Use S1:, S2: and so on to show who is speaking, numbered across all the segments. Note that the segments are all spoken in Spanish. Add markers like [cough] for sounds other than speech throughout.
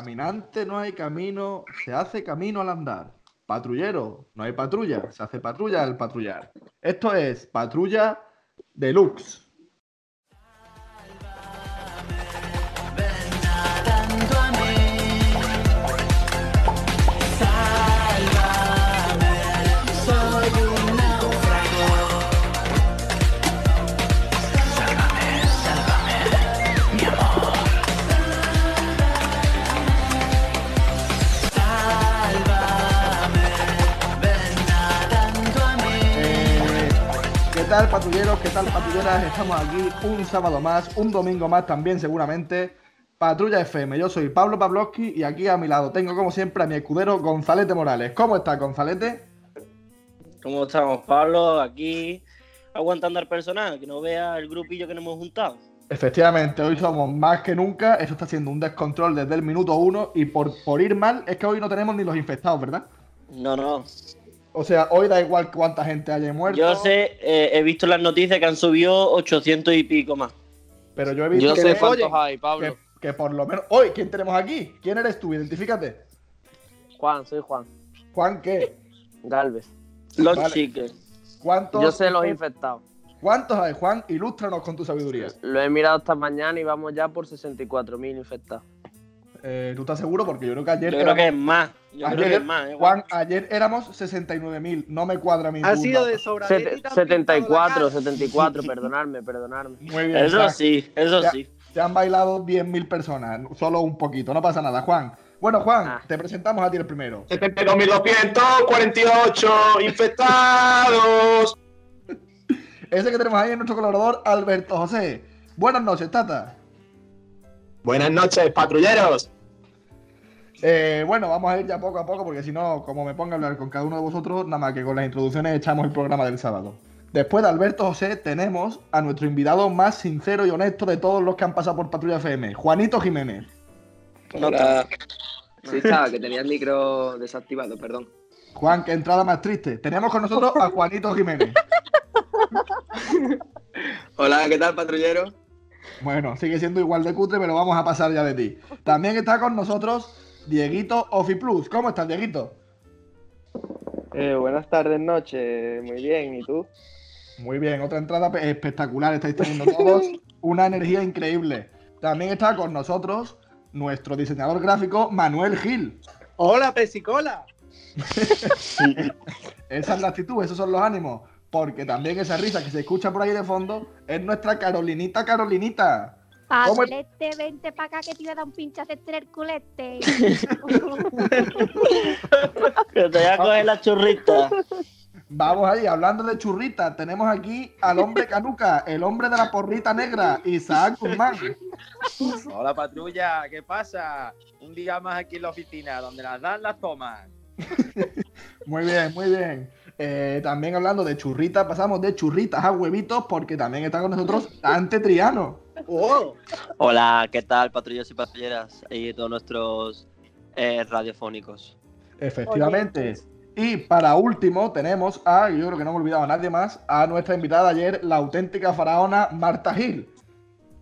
S1: Caminante no hay camino, se hace camino al andar. Patrullero, no hay patrulla, se hace patrulla al patrullar. Esto es patrulla deluxe. Eh, ¿Qué tal patrulleros? ¿Qué tal patrulleras? Estamos aquí un sábado más, un domingo más también seguramente. Patrulla FM, yo soy Pablo Pavlovsky y aquí a mi lado tengo como siempre a mi escudero Gonzalete Morales. ¿Cómo estás, Gonzalete?
S2: ¿Cómo estamos, Pablo? Aquí aguantando al personal, que no vea el grupillo que nos hemos juntado.
S1: Efectivamente, hoy somos más que nunca, eso está siendo un descontrol desde el minuto uno y por, por ir mal es que hoy no tenemos ni los infectados, ¿verdad?
S2: No, no,
S1: o sea, hoy da igual cuánta gente haya muerto.
S2: Yo sé, eh, he visto las noticias que han subido 800 y pico más.
S1: Pero yo he visto
S3: Yo
S1: que,
S3: sé
S1: oye,
S3: cuántos hay, Pablo.
S4: eh,
S1: que, que por lo menos. Hoy, ¿quién tenemos aquí? ¿Quién eres tú? Identifícate.
S3: Juan, soy Juan
S1: Juan, ¿qué?
S3: Galvez.
S2: Los
S1: Vale.
S2: chiques.
S1: ¿Cuántos,
S3: Yo sé los infectados.
S1: ¿Cuántos hay, Juan? Ilústranos con tu sabiduría.
S3: Lo he mirado esta mañana y vamos ya por 64.000 infectados.
S1: Eh, ¿Tú estás seguro? Porque yo creo que ayer.
S2: Yo creo que
S1: éramos-
S2: es más. Yo creo que
S1: ayer-
S2: es más. eh,
S1: Juan, ayer éramos 69.000. No me cuadra mi.
S4: Ha
S1: duda.
S4: sido de sobra.
S3: Sete- 74,
S4: [laughs]
S3: 74, perdonadme, perdonadme.
S1: Muy bien.
S2: Eso
S1: Juan.
S2: sí, eso
S1: Ya.
S2: sí.
S1: Te han bailado 10.000 personas. Solo un poquito. No pasa nada, Juan. Bueno, Juan,
S3: Ah.
S1: te presentamos a ti el primero.
S5: 72.248 infectados.
S1: Ese que tenemos ahí es nuestro colaborador, Alberto José. Buenas noches, Tata.
S5: Buenas noches, patrulleros.
S1: Eh, bueno, vamos a ir ya poco a poco porque si no, como me ponga a hablar con cada uno de vosotros, nada más que con las introducciones echamos el programa del sábado. Después de Alberto José tenemos a nuestro invitado más sincero y honesto de todos los que han pasado por Patrulla FM, Juanito Jiménez.
S6: Sí, estaba, que tenía el micro desactivado, perdón.
S1: Juan, qué entrada más triste. Tenemos con nosotros a Juanito Jiménez.
S6: Hola, ¿qué tal, patrullero?
S1: Bueno, sigue siendo igual de cutre, pero vamos a pasar ya de ti. También está con nosotros Dieguito Ofiplus. ¿Cómo estás, Dieguito?
S6: Eh,
S3: buenas tardes, noches. Muy bien, ¿y tú?
S1: Muy bien, otra entrada pe- espectacular. Estáis teniendo todos una energía increíble. También está con nosotros nuestro diseñador gráfico Manuel Gil.
S4: Hola, Pesicola.
S1: Esa es la actitud, esos son los ánimos. Porque también esa risa que se escucha por ahí de fondo es nuestra Carolinita Carolinita. ¿Cómo es?
S7: Pablete, vente para acá que te iba a dar un pinchazo en el culete.
S2: Que te voy a coger la
S1: [laughs]
S2: churrita.
S1: Vamos ahí, hablando de churrita, tenemos aquí al hombre canuca, el hombre de la porrita negra, Isaac Guzmán.
S4: Hola, patrulla. ¿Qué pasa? Un día más aquí en la oficina, donde las dan, las toman.
S1: Muy bien, muy bien. Eh, también hablando de churrita, pasamos de churritas a huevitos porque también está con nosotros Dante Triano.
S4: ¡Oh!
S8: Hola, ¿qué tal, patrulleros y patrulleras? Y todos nuestros eh, radiofónicos.
S1: Efectivamente. Y para último tenemos a, yo creo que no me he olvidado a nadie más, a nuestra invitada ayer, la auténtica faraona Marta Gil.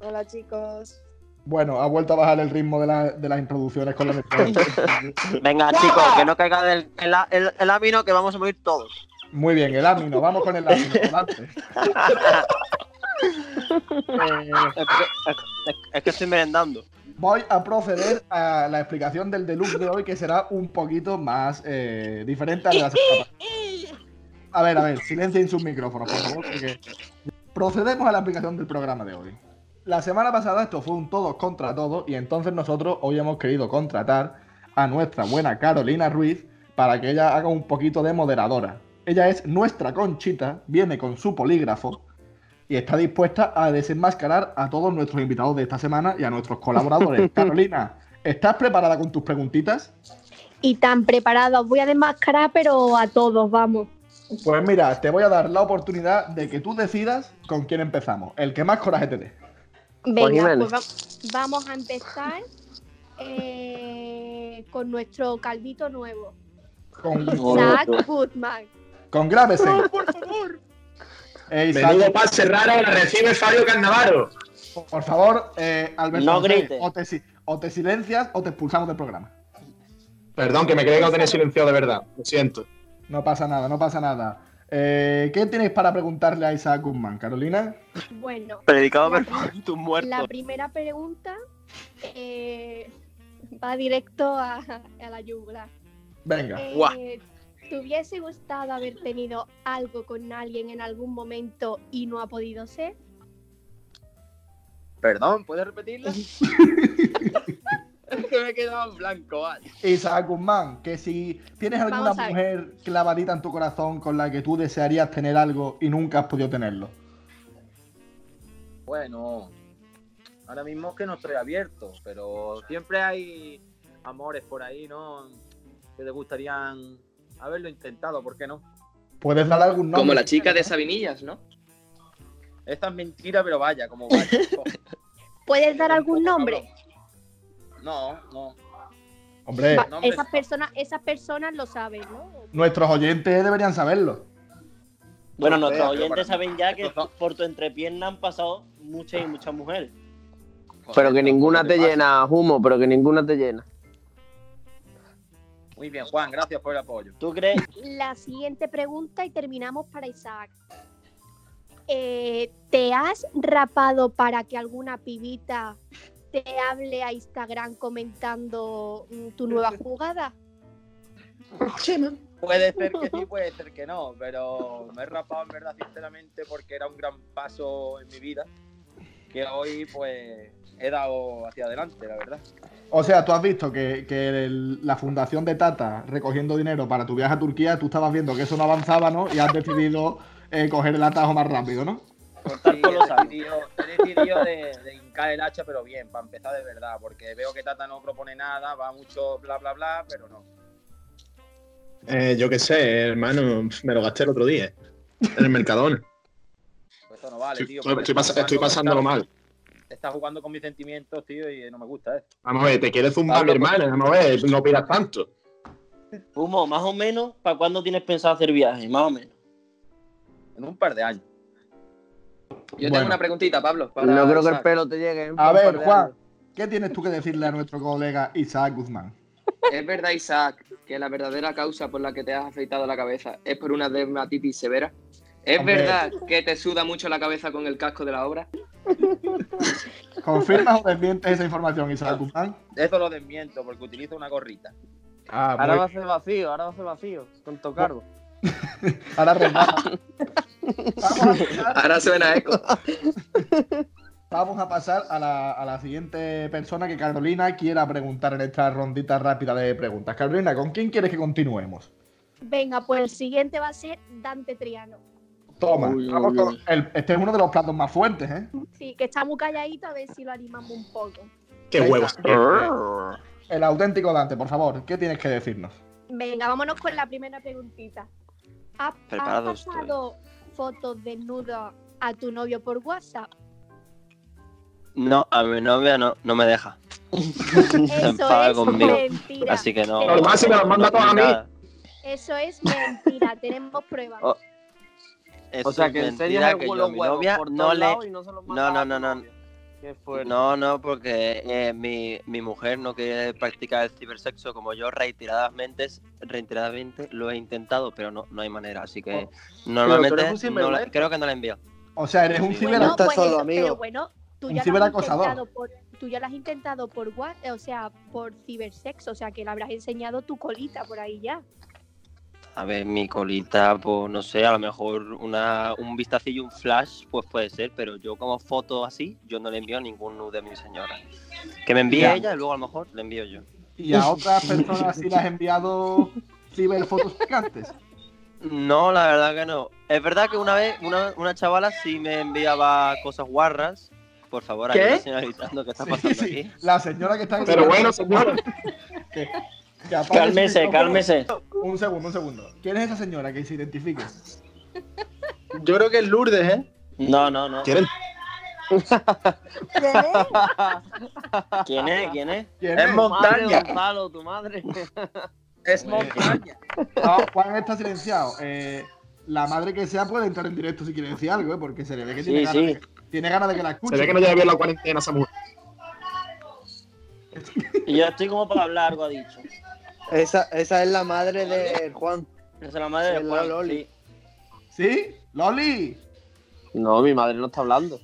S9: Hola chicos.
S1: Bueno, ha vuelto a bajar el ritmo de, la- de las introducciones con la
S9: [laughs]
S8: Venga, chicos, que no caiga del, el, el, el amino, que vamos a morir todos.
S1: Muy bien, el ámino, vamos con el ámino. adelante.
S8: Es que, es- es- es que estoy merendando.
S1: Voy a proceder a la explicación del deluxe de hoy, que será un poquito más eh, diferente a la semana pasada. A ver, a ver, silencien sus micrófonos, por favor, porque procedemos a la explicación del programa de hoy. La semana pasada esto fue un todos contra todos y entonces nosotros hoy hemos querido contratar a nuestra buena Carolina Ruiz para que ella haga un poquito de moderadora. Ella es nuestra conchita, viene con su polígrafo y está dispuesta a desenmascarar a todos nuestros invitados de esta semana y a
S2: [laughs]
S1: nuestros colaboradores. Carolina, ¿estás preparada con tus preguntitas?
S7: [laughs] y tan preparados, voy a desmascarar, pero a todos, vamos.
S1: Pues mira, te voy a dar la oportunidad de que tú decidas con quién empezamos, el que más coraje te dé.
S7: Venga,
S3: Jiménez.
S7: pues va- vamos a empezar eh, con nuestro calvito nuevo,
S1: Con,
S7: Zach Goodman.
S1: con Gravesen.
S4: ¡Por favor!
S1: Eh, Isaac,
S5: Menudo pase raro que recibe Fabio Carnavaro.
S1: por favor, eh, Alberto,
S2: No
S1: José,
S2: grites.
S1: O, te, si- o te silencias o te expulsamos del programa.
S5: Perdón, que me creía que lo tenía silenciado de verdad. Lo siento.
S1: No pasa nada, no pasa nada. Eh, ¿Qué tenéis para preguntarle a Isaac Guzmán, Carolina?
S7: Bueno,
S8: Predicado
S7: La-
S8: por tus
S7: la
S8: muertos.
S7: primera pregunta eh, va directo a, a la yugular.
S1: Venga.
S7: Eh,
S8: Guau.
S7: ¿Te hubiese gustado haber tenido algo con alguien en algún momento y no ha podido ser?
S4: Perdón, ¿puedes
S7: [laughs]
S4: repetirlo? es que me he quedado en blanco, vale.
S1: Isaac Guzmán, que si tienes alguna
S7: Vamos a ver.
S1: mujer clavadita en tu corazón con la que tú desearías tener algo y nunca has podido tenerlo.
S4: Bueno, ahora mismo es que no estoy abierto, pero siempre hay amores por ahí, ¿no? Que te gustarían haberlo intentado, ¿por qué no?
S1: ¿Puedes darle algún nombre?
S6: Como la chica de Sabinillas, ¿no?
S4: Esta es mentira, pero vaya,
S7: [laughs]
S4: como vaya.
S7: ¿Puedes dar algún nombre?
S4: No, no.
S1: Hombre,
S7: Va,
S4: nombre
S7: esas
S4: no.
S7: personas, esas personas lo saben, ¿no?
S1: nuestros oyentes deberían saberlo.
S2: Bueno,
S4: No,
S2: nuestros
S4: pero para
S2: oyentes saben ya que
S4: Esto
S2: por tu entrepierna han pasado muchas y muchas mujeres.
S3: Pero que ninguna
S4: ¿qué
S3: te
S4: pasa?
S3: llena, Humo, pero que ninguna te llena.
S4: Muy bien, Juan, gracias por el apoyo.
S2: ¿Tú crees?
S7: La siguiente pregunta y terminamos para Isaac. Eh, ¿Te has rapado para que alguna pibita te hable a Instagram comentando mm, tu nueva jugada?
S3: [laughs]
S4: Puede ser que sí, puede ser que no, pero me he rapado en verdad, sinceramente, porque era un gran paso en mi vida que hoy, pues, he dado hacia adelante, la verdad.
S1: O sea, tú has visto que, que el- la fundación de Tata recogiendo dinero para tu viaje a Turquía, tú estabas viendo que eso no avanzaba, ¿no? Y has decidido eh, coger el atajo más rápido, ¿no?
S4: Sí,
S2: por lo
S4: he decidido, he decidido de, de hincar el hacha, pero bien, para empezar de verdad, porque veo que Tata no propone nada, va mucho bla, bla, bla, pero no.
S5: Eh, yo qué sé, hermano. Me lo gasté el otro día. En el Mercadona.
S4: Esto no [laughs] vale,
S5: Estoy-
S4: tío. pues,
S5: estoy-
S4: porque
S5: estoy
S4: estás
S5: pas- estoy
S4: jugando-
S5: pasándolo
S4: estás-
S5: mal.
S4: Estás jugando con mis sentimientos, tío, y no me gusta, ¿eh?
S5: Vamos a ver, te quiere zumbar mi
S4: Pablo, pues.
S5: hermana, vamos a ver, no pidas tanto.
S2: Humo, más o menos, ¿para cuándo tienes pensado hacer viaje? Más o menos.
S4: En un par de años.
S6: Yo
S1: Bueno.
S6: tengo una preguntita, Pablo. para
S3: No creo que el
S6: Isaac.
S3: pelo te llegue. en
S1: A
S3: un par
S1: ver,
S3: de
S1: Juan,
S3: años.
S1: ¿qué tienes tú que decirle a nuestro colega Isaac Guzmán?
S6: ¿Es verdad, Isaac, que la verdadera causa por la que te has afeitado la cabeza es por una dermatitis severa? ¿Es
S1: Hombre.
S6: verdad que te suda mucho la cabeza con el casco de la obra?
S1: ¿Confirmas o desmientes esa información, Isaac Guzmán?
S4: Esto lo desmiento porque utilizo una gorrita.
S1: Ah,
S3: Ahora va a ser vacío, ahora va a ser vacío. Tonto cargo.
S1: Ahora remata. Vamos a empezar
S6: Ahora suena eco.
S1: Vamos a pasar a la, a la siguiente persona que Carolina quiera preguntar en esta rondita rápida de preguntas. Carolina, ¿con quién quieres que continuemos?
S7: Venga, pues el siguiente va a ser Dante Triano.
S1: Toma,
S6: Uy, uy,
S1: vamos con
S6: uy.
S1: el- este es uno de los platos más fuertes, ¿eh?
S7: Sí, que está muy calladito, a ver si lo animamos un poco.
S5: Qué
S1: Venga.
S5: huevos.
S1: El auténtico Dante, por favor, ¿qué tienes que decirnos?
S7: Venga, vámonos con la primera preguntita. ¿Ha- ¿Has
S8: Preparado estoy.
S7: pasado fotos desnudas a tu novio por
S8: [laughs]
S7: WhatsApp?
S8: No, a mi novia no, no me deja. Se
S7: Eso
S8: enfada
S7: es
S8: conmigo.
S7: mentira.
S8: Así que no.
S7: Normal, si
S5: me las manda todas a mí.
S8: Nada.
S7: Eso es mentira, tenemos pruebas.
S8: Oh, Eso
S3: O sea,
S8: es
S3: que enseñas
S8: mentira
S3: el
S8: que
S3: hue-
S8: yo a
S3: los
S8: mi
S3: huevos
S8: novia
S3: por
S8: no
S3: todos
S8: le.
S3: lados y no se los
S8: no,
S3: mandas a
S8: no,
S3: tu
S8: no, no.
S3: novia. Qué fuerte.
S8: No, no, porque eh, mi, mi mujer no quiere practicar el cibersexo como yo reiteradamente, reiteradamente lo he intentado, pero no, no hay manera. Así que
S4: pero
S8: normalmente
S4: eres un
S8: no la-
S4: sinvergüenza.
S8: creo que no la envío.
S1: O sea, eres un
S4: Bueno,
S1: ciber...
S7: Bueno,
S3: estás
S7: pues
S3: solo,
S7: eso-
S3: amigo.
S7: pero bueno, tú
S1: Un
S7: ya, lo has
S1: ciberacosador.
S7: intentado por, tú ya lo has intentado por wa- eh, o sea, por cibersexo, o sea, que le habrás enseñado tu colita por ahí ya.
S8: A ver, mi colita, pues no sé, a lo mejor una, un vistacillo, un flash, pues puede ser, pero yo como foto así, yo no le envío ningún nude a mi señora. Que me envíe
S1: Ya.
S8: ella y luego a lo mejor le envío yo.
S1: Y a otras personas sí las has enviado ciberfotos picantes.
S8: No, la verdad que no. Es verdad que una vez una, una chavala sí me enviaba cosas guarras. Por favor,
S6: ¿Qué?
S8: ayúdame señalizando qué está
S1: Sí,
S8: pasando
S1: sí.
S8: aquí.
S1: La señora que está...
S5: Pero bueno, señora.
S1: Que- que apague su
S2: Cálmese,
S1: micrófono.
S2: cálmese.
S1: Un segundo, un segundo. ¿Quién es esa señora que se identifique?
S4: Yo creo que es Lourdes, ¿eh?
S2: No, no, no.
S5: ¿Quieren?
S2: ¿Quién es? ¿Quién es?
S1: ¿Quién
S4: Es Mon-
S3: Madre,
S4: montaña.
S3: Gonzalo, tu madre.
S4: Es
S2: Bueno.
S4: montaña.
S1: No, Ah, Juan está silenciado. Eh, la madre que sea puede entrar en directo si quiere decir algo, eh, porque se le ve que
S2: Sí,
S1: tiene,
S2: sí.
S1: ganas, de, tiene ganas de que la escuche.
S5: Se ve que no lleva bien la cuarentena esa mujer.
S2: Y yo estoy como para hablar, algo ha dicho.
S10: Esa, esa es la madre de Juan.
S2: Esa es la madre de
S10: la
S2: Juan,
S10: Loli.
S2: sí.
S1: ¿Sí? ¡Loli!
S3: No, mi madre no está hablando.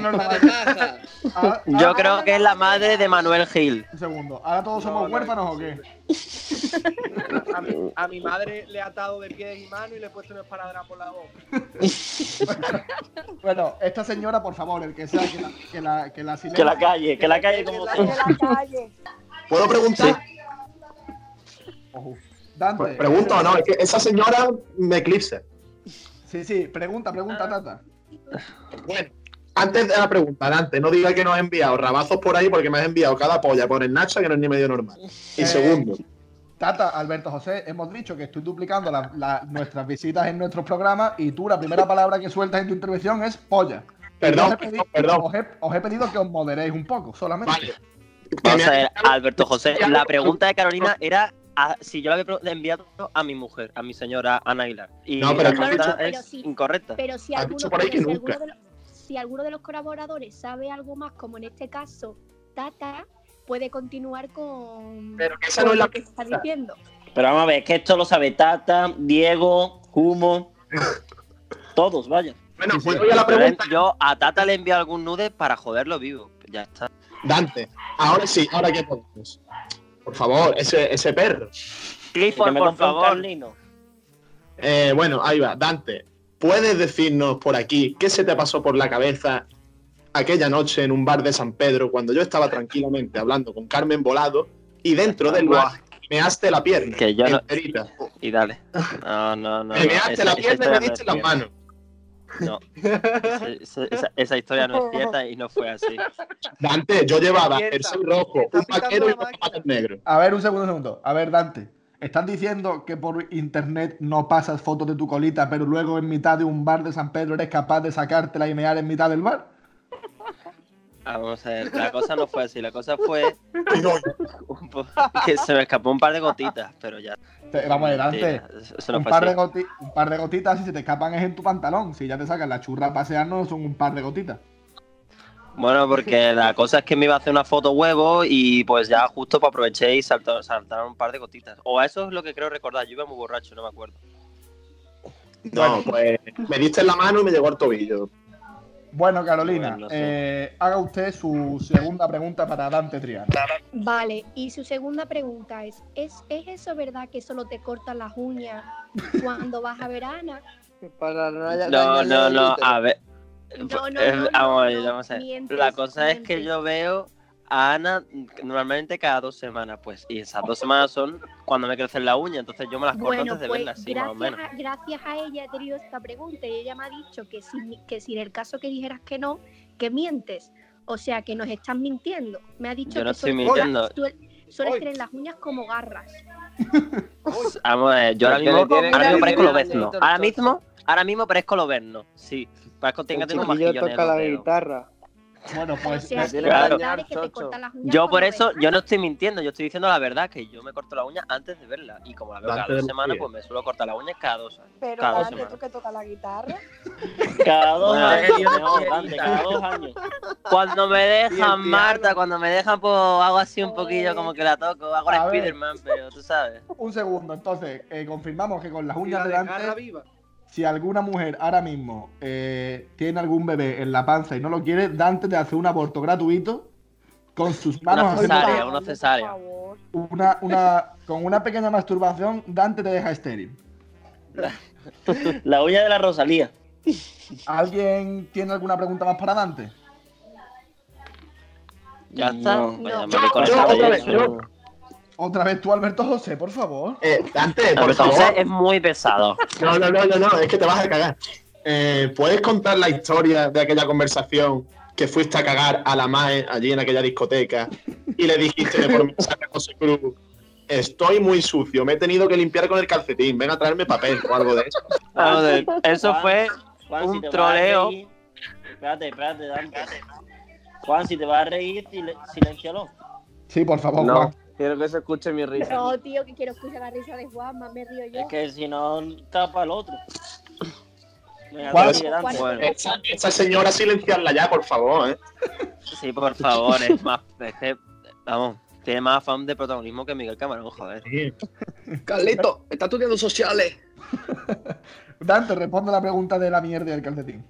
S2: [laughs]
S1: no
S6: Para
S1: ahora-
S6: casa.
S1: ahora-
S8: Yo creo que es la madre de Manuel Gil.
S1: Ah, Un segundo. ¿Ahora todos somos
S4: No, no,
S1: huérfanos o qué?
S10: A mi, a mi madre le he atado de pies y manos y le he puesto una esparadrapo por la boca.
S1: Bueno, esta señora, por favor, el que sea, que la, que la, que la silencie.
S2: Que la calle, que la calle como
S9: la,
S2: todo.
S9: de la calle.
S5: ¿Puedo preguntar?
S1: Ojo. Dante.
S5: Pregunta o Pues, no, es que esa señora me eclipse.
S1: Sí, sí, pregunta, pregunta,
S4: Ah.
S1: Tata.
S5: Bueno, antes de la pregunta, Dante, no diga que nos has enviado rabazos por ahí porque me has enviado cada polla por el Nacha que no es ni medio normal. Y
S1: Eh,
S5: segundo,
S1: Tata, Alberto José, hemos dicho que estoy duplicando la- la- nuestras visitas en nuestros programas y tú la primera palabra que sueltas en tu intervención es polla.
S5: perdón,
S1: Os he pedido-
S5: perdón,
S1: Os he, os he pedido que os moderéis un poco, solamente.
S5: vale.
S8: Vamos a ver, ah, Alberto José,
S5: Ya,
S8: la
S5: no,
S8: pregunta de Carolina era a- si yo la había pro- enviado a mi mujer, a mi señora Ana Aguilar. Y
S5: No,
S8: la
S5: pero tú has
S8: pregunta
S7: dicho-
S8: es incorrecta.
S7: Pero si
S5: Has
S7: alguno,
S5: dicho por ahí que
S7: pero si
S5: nunca.
S7: alguno de los, si alguno de los colaboradores sabe algo más, como en este caso Tata, puede continuar con,
S5: Pero que esa
S7: con
S5: no es la
S7: lo que se está diciendo.
S2: Pero vamos a ver, es que esto lo sabe Tata, Diego, Humo. Todos, vaya.
S5: Bueno, pues voy a la
S8: Pero
S5: pregunta.
S8: Yo a Tata le envío algún nude para joderlo vivo. Ya está.
S5: Dante, ahora sí, ahora que podemos. Por favor, ese, ese perro.
S8: Clifford,
S2: que me
S8: por
S2: compré un
S8: favor.
S2: Carlino.
S5: Eh, bueno, ahí va, Dante. ¿Puedes decirnos por aquí qué se te pasó por la cabeza aquella noche en un bar de San Pedro cuando yo estaba tranquilamente hablando con Carmen Volado y dentro del bar me haste la pierna
S8: Que yo no-
S5: enterita?
S8: Y dale. No, no, no.
S5: me
S8: no,
S5: measte
S8: esa-
S5: la
S8: esa
S5: pierna y
S8: historia
S5: me
S8: no es
S5: diste las
S8: cierta.
S5: manos.
S8: No. Esa, esa- esa historia no es cierta y no fue así.
S5: Dante, yo llevaba
S10: Despierta.
S5: el soy rojo,
S10: Está
S5: un
S10: pitando
S5: vaquero y
S10: la
S5: unos
S10: máquina.
S5: zapatos negros.
S1: A ver, un segundo, un segundo. A ver, Dante. ¿Estás diciendo que por internet no pasas fotos de tu colita, pero luego en mitad de un bar de San Pedro eres capaz de sacártela y mear en mitad del bar?
S8: Ah, Vamos a ver, la cosa no fue así. La cosa fue
S5: No,
S8: un po- que se me escapó un par de gotitas, pero ya.
S1: Te- Vamos a ver, Dante.
S8: Mentira, Eso no
S1: un,
S8: fue
S1: par de
S8: así.
S1: goti- un par de gotitas, si se te escapan es en tu pantalón. Si ya te sacan la churra a pasear, no son un par de gotitas.
S8: Bueno, porque la cosa es que me iba a hacer una foto huevo y pues ya justo pues, aproveché y saltó- saltaron un par de gotitas. O a eso es lo que creo recordar. Yo iba muy borracho, no me acuerdo.
S5: no, pues me diste la mano y me llegó al tobillo.
S1: Bueno, Carolina,
S8: Bueno, sí.
S1: eh, haga usted su segunda pregunta para Dante Triana.
S7: Vale, y su segunda pregunta es, ¿es, ¿es eso verdad que solo te cortan las uñas cuando vas a ver a
S8: [laughs]
S7: Ana?
S10: Para no haya-
S8: No,
S10: dañarle
S8: no,
S10: el
S8: no, Ah,
S10: útero.
S8: a ver.
S7: No, no,
S8: eh,
S7: no, no,
S8: vamos a ver,
S7: no,
S8: vamos a ver.
S7: mientes,
S8: la cosa es que
S7: mientes.
S8: yo veo a Ana normalmente cada dos semanas, pues, y esas dos semanas son cuando me crecen la uña, entonces yo me las corto
S7: Bueno,
S8: antes de
S7: pues
S8: verlas, sí, más o
S7: gracias,
S8: menos.
S7: a, gracias a ella he tenido esta pregunta y ella me ha dicho que si, que si en el caso que dijeras que no, que mientes. O sea, que nos estás mintiendo. Me ha dicho
S8: Yo
S7: que
S8: no estoy
S7: suel-
S8: mintiendo.
S7: suel- sueles tener las uñas como garras.
S8: Vamos a ver,
S3: Pero
S8: yo ahora
S3: es que
S8: mismo,
S3: le tienen
S8: ahora
S10: que
S8: mismo parezco
S10: abrir el
S8: lobezno.
S10: torso.
S8: Ahora mismo, ahora mismo parezco lobezno, sí. Parezco tenga
S10: El
S8: tengo
S10: chiquillo
S8: mejillones en
S10: toca
S8: los
S10: la
S8: dedos.
S10: guitarra.
S1: Bueno,
S7: O
S1: pues
S7: sea,
S1: eh,
S10: tiene
S7: la
S8: claro.
S7: verdad es que te
S10: Chocho.
S7: cortan las uñas
S8: Yo
S7: cuando
S8: por
S7: ves
S8: eso,
S7: a
S8: yo no estoy mintiendo, yo estoy diciendo la verdad, que yo me corto la uña antes de verla. Y como la veo
S5: Antes
S8: cada
S5: de
S8: dos
S5: los
S8: semanas,
S5: pies.
S8: pues me suelo cortar la uña cada dos años.
S9: Pero
S8: Cada
S9: Dante,
S8: semana.
S9: tú que tocas
S8: [laughs]
S9: la guitarra.
S2: Cada dos
S8: Bueno,
S2: años,
S4: Dios
S2: no,
S4: mío,
S2: Dante, cada dos años.
S8: Cuando me dejan,
S10: piano.
S8: Marta, cuando me dejan, pues hago así un poquillo, como que la toco, hago
S1: A
S8: la
S1: ver.
S8: Spiderman, pero tú sabes.
S1: eh, un segundo, entonces, eh, confirmamos que con las
S10: Y
S1: uñas
S10: la
S1: de
S10: desgarra
S1: Dante,
S10: viva.
S1: si alguna mujer ahora mismo eh, tiene algún bebé en la panza y no lo quiere, Dante te hace un aborto gratuito con sus manos
S8: Una
S1: haciendo
S8: cesárea,
S9: Dante,
S8: una
S9: por
S8: cesárea.
S9: favor.
S1: una, una- con una pequeña masturbación, Dante te deja estéril.
S2: La uña de la Rosalía.
S1: ¿Alguien tiene alguna pregunta más para Dante?
S8: Ya está.
S2: No.
S8: Vaya,
S7: No.
S8: me lo he
S5: Yo,
S8: cortado
S5: otra
S8: y
S5: vez,
S8: eso.
S5: yo.
S1: Otra vez tú, Alberto José, por favor.
S5: Eh,
S3: [laughs]
S5: Dante, por
S8: Alberto José
S5: favor.
S8: es muy pesado.
S5: No, no, no, no, no, es que te vas a cagar. Eh, ¿Puedes contar la historia de aquella conversación que fuiste a cagar a la MAE allí en aquella discoteca y le dijiste por mensaje a José Cruz? Estoy muy sucio, me he tenido que limpiar con el calcetín, ven a traerme papel o algo de eso.
S8: Vamos a ver, Eso
S3: Ah.
S2: Juan,
S8: fue
S2: Juan,
S8: un
S2: te vas a
S8: troleo.
S2: reír- Espérate, espérate, Dante. Juan, si te vas a reír, sile- siléncialo.
S1: Sí, por favor,
S3: No.
S1: Juan.
S3: Quiero que se escuche mi risa.
S7: No, tío, que quiero escuchar la risa de Juan, más me río yo.
S2: Es que si no, tapa al otro. Venga,
S5: Juan,
S2: sigue, Dante.
S7: Juan,
S8: Bueno,
S5: Esa, esa señora silenciarla ya, por favor, ¿eh?
S8: sí, por favor, es más. es que Vamos, tiene más afán de protagonismo que Miguel Camarón, joder.
S6: Carlito, está estudiando sociales.
S1: Dante, responde la pregunta de la mierda del calcetín.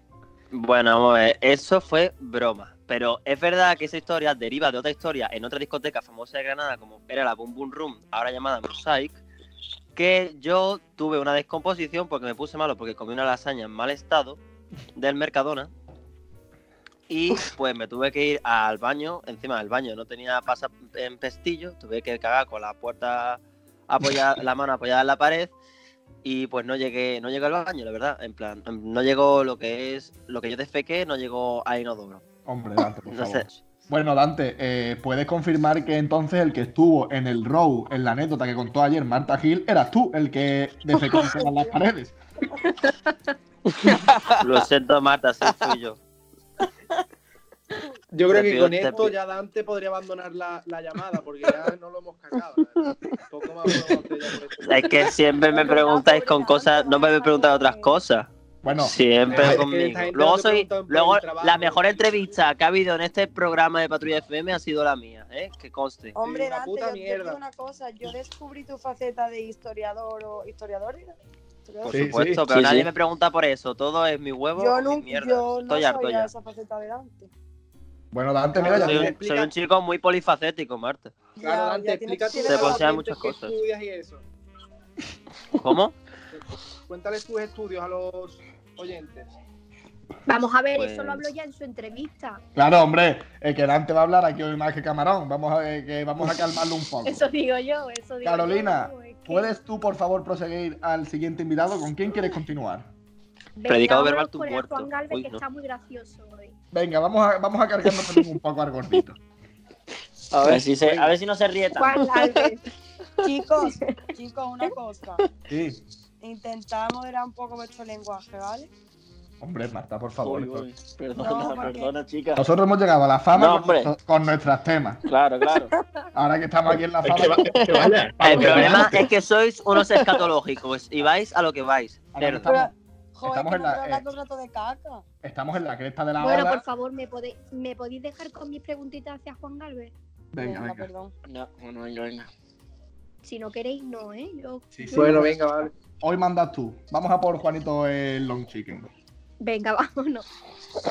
S8: Bueno, vamos a ver, eso fue broma. Pero es verdad que esa historia deriva de otra historia en otra discoteca famosa de Granada, como era la Boom Boom Room, ahora llamada Mosaic, que yo tuve una descomposición porque me puse malo, porque comí una lasaña en mal estado del Mercadona. Y pues me tuve que ir al baño, encima del baño, no tenía pasa en pestillo, tuve que cagar con la puerta apoyada, la mano apoyada en la pared y pues no llegué, no llegué al baño, la verdad, en plan, em, no llegó lo que es, lo que yo desfequé, no llegó a inodoro. [laughs]
S1: Hombre, Dante, por
S8: No
S1: favor.
S8: sé.
S1: Bueno, Dante, eh, ¿puedes confirmar que entonces el que estuvo en el row, en la anécdota que contó ayer Marta Gil, eras tú el que defecó en
S8: [laughs]
S1: las paredes?
S8: Lo siento, Marta, sí fui yo.
S10: Yo creo
S8: Te
S10: que
S8: pido-
S10: con
S8: te
S10: esto
S8: pido-
S10: ya Dante podría abandonar la, la llamada porque ya no lo hemos cagado. ¿verdad? Poco más [laughs] podemos hacer ya por este- esto.
S8: Es que siempre me preguntáis con cosas, no me habéis preguntado otras cosas.
S1: Bueno,
S8: siempre
S10: es que
S8: conmigo.
S10: esta gente no
S8: Luego
S10: te
S8: soy,
S10: pregunta por el
S8: luego
S10: trabajo.
S8: la mejor entrevista que ha habido en este programa de Patrulla FM ha sido la mía, ¿eh? Que conste.
S9: Hombre,
S10: una
S9: Dante,
S10: puta
S9: yo te
S10: mierda.
S9: digo una cosa. Yo descubrí tu faceta de historiador o historiador. ¿era?
S8: Por
S9: ¿Historiador?
S1: Sí,
S8: supuesto,
S1: sí,
S8: pero
S1: sí,
S8: nadie
S1: sí.
S8: me pregunta por eso. Todo es mi huevo.
S9: Yo
S8: o mi
S9: nunca
S8: mierda.
S9: yo no
S8: Estoy harto
S9: sabía
S8: ya.
S9: esa faceta de Dante.
S1: Bueno, Dante, mira, ya
S8: Soy
S1: tienes-
S8: un, soy un chico muy polifacético, Marta.
S10: Claro, Dante,
S9: ya tienes-
S10: explícate.
S9: tienes
S8: Se
S10: a la
S8: poseen
S10: gente
S8: muchas
S10: qué
S8: cosas.
S10: estudias y eso.
S8: ¿Cómo?
S10: Cuéntales tus estudios a los oyentes.
S7: Vamos a ver,
S8: Pues-
S7: eso lo hablo ya en su entrevista.
S1: Claro, hombre, eh, que Dante va a hablar aquí hoy más que Camarón. Vamos a, eh, que vamos a calmarlo un poco.
S7: Eso digo yo, eso digo
S1: Carolina,
S7: yo, es que-
S1: ¿Puedes tú, por favor, proseguir al siguiente invitado? ¿Con quién quieres continuar?
S7: Venga,
S8: Predicado
S7: vámonos
S8: verbal, tú
S7: con el
S8: muerto.
S7: Juan Galvez,
S8: Uy,
S7: que
S8: no.
S7: está muy gracioso
S8: [laughs]
S7: hoy.
S1: Venga, vamos a, vamos a cargarnos también un poco al gordito.
S8: A ver si, se- a ver si no se rieta.
S7: Juan Galvez.
S9: Chicos, chicos, una cosa.
S1: Sí.
S9: Intentad moderar un poco vuestro lenguaje, ¿vale?
S1: Hombre, Marta, por favor.
S2: Uy, uy,
S9: No,
S2: Perdona,
S9: porque-
S2: perdona, chica.
S1: Nosotros hemos llegado a la fama
S2: No,
S1: con,
S2: hombre.
S1: nuestro- con nuestros temas.
S2: Claro, claro.
S6: [laughs]
S1: Ahora que estamos aquí en la
S5: Es
S1: fama.
S5: que, va- es que vaya.
S8: El problema
S5: Dante.
S8: es que sois unos escatológicos y vais a lo que vais.
S1: ahora que
S8: Cerdo.
S1: estamos,
S9: Joder,
S1: Estamos
S9: que
S1: en
S9: no
S1: la-
S9: puedo hablar
S1: eh.
S9: todo el rato de caca.
S1: estamos en la cresta de la
S7: Bueno,
S1: ola.
S7: por favor, ¿me, pode- ¿me podéis dejar con mis preguntitas hacia Juan Galvez?
S1: Venga, venga.
S9: perdón.
S2: No, bueno, venga, venga.
S7: Si no queréis, no, ¿eh? Yo-
S1: Sí, sí.
S7: yo-
S10: Bueno, venga, vale.
S1: Hoy mandas tú. Vamos a por Juanito el long chicken.
S7: Venga, [laughs] vámonos.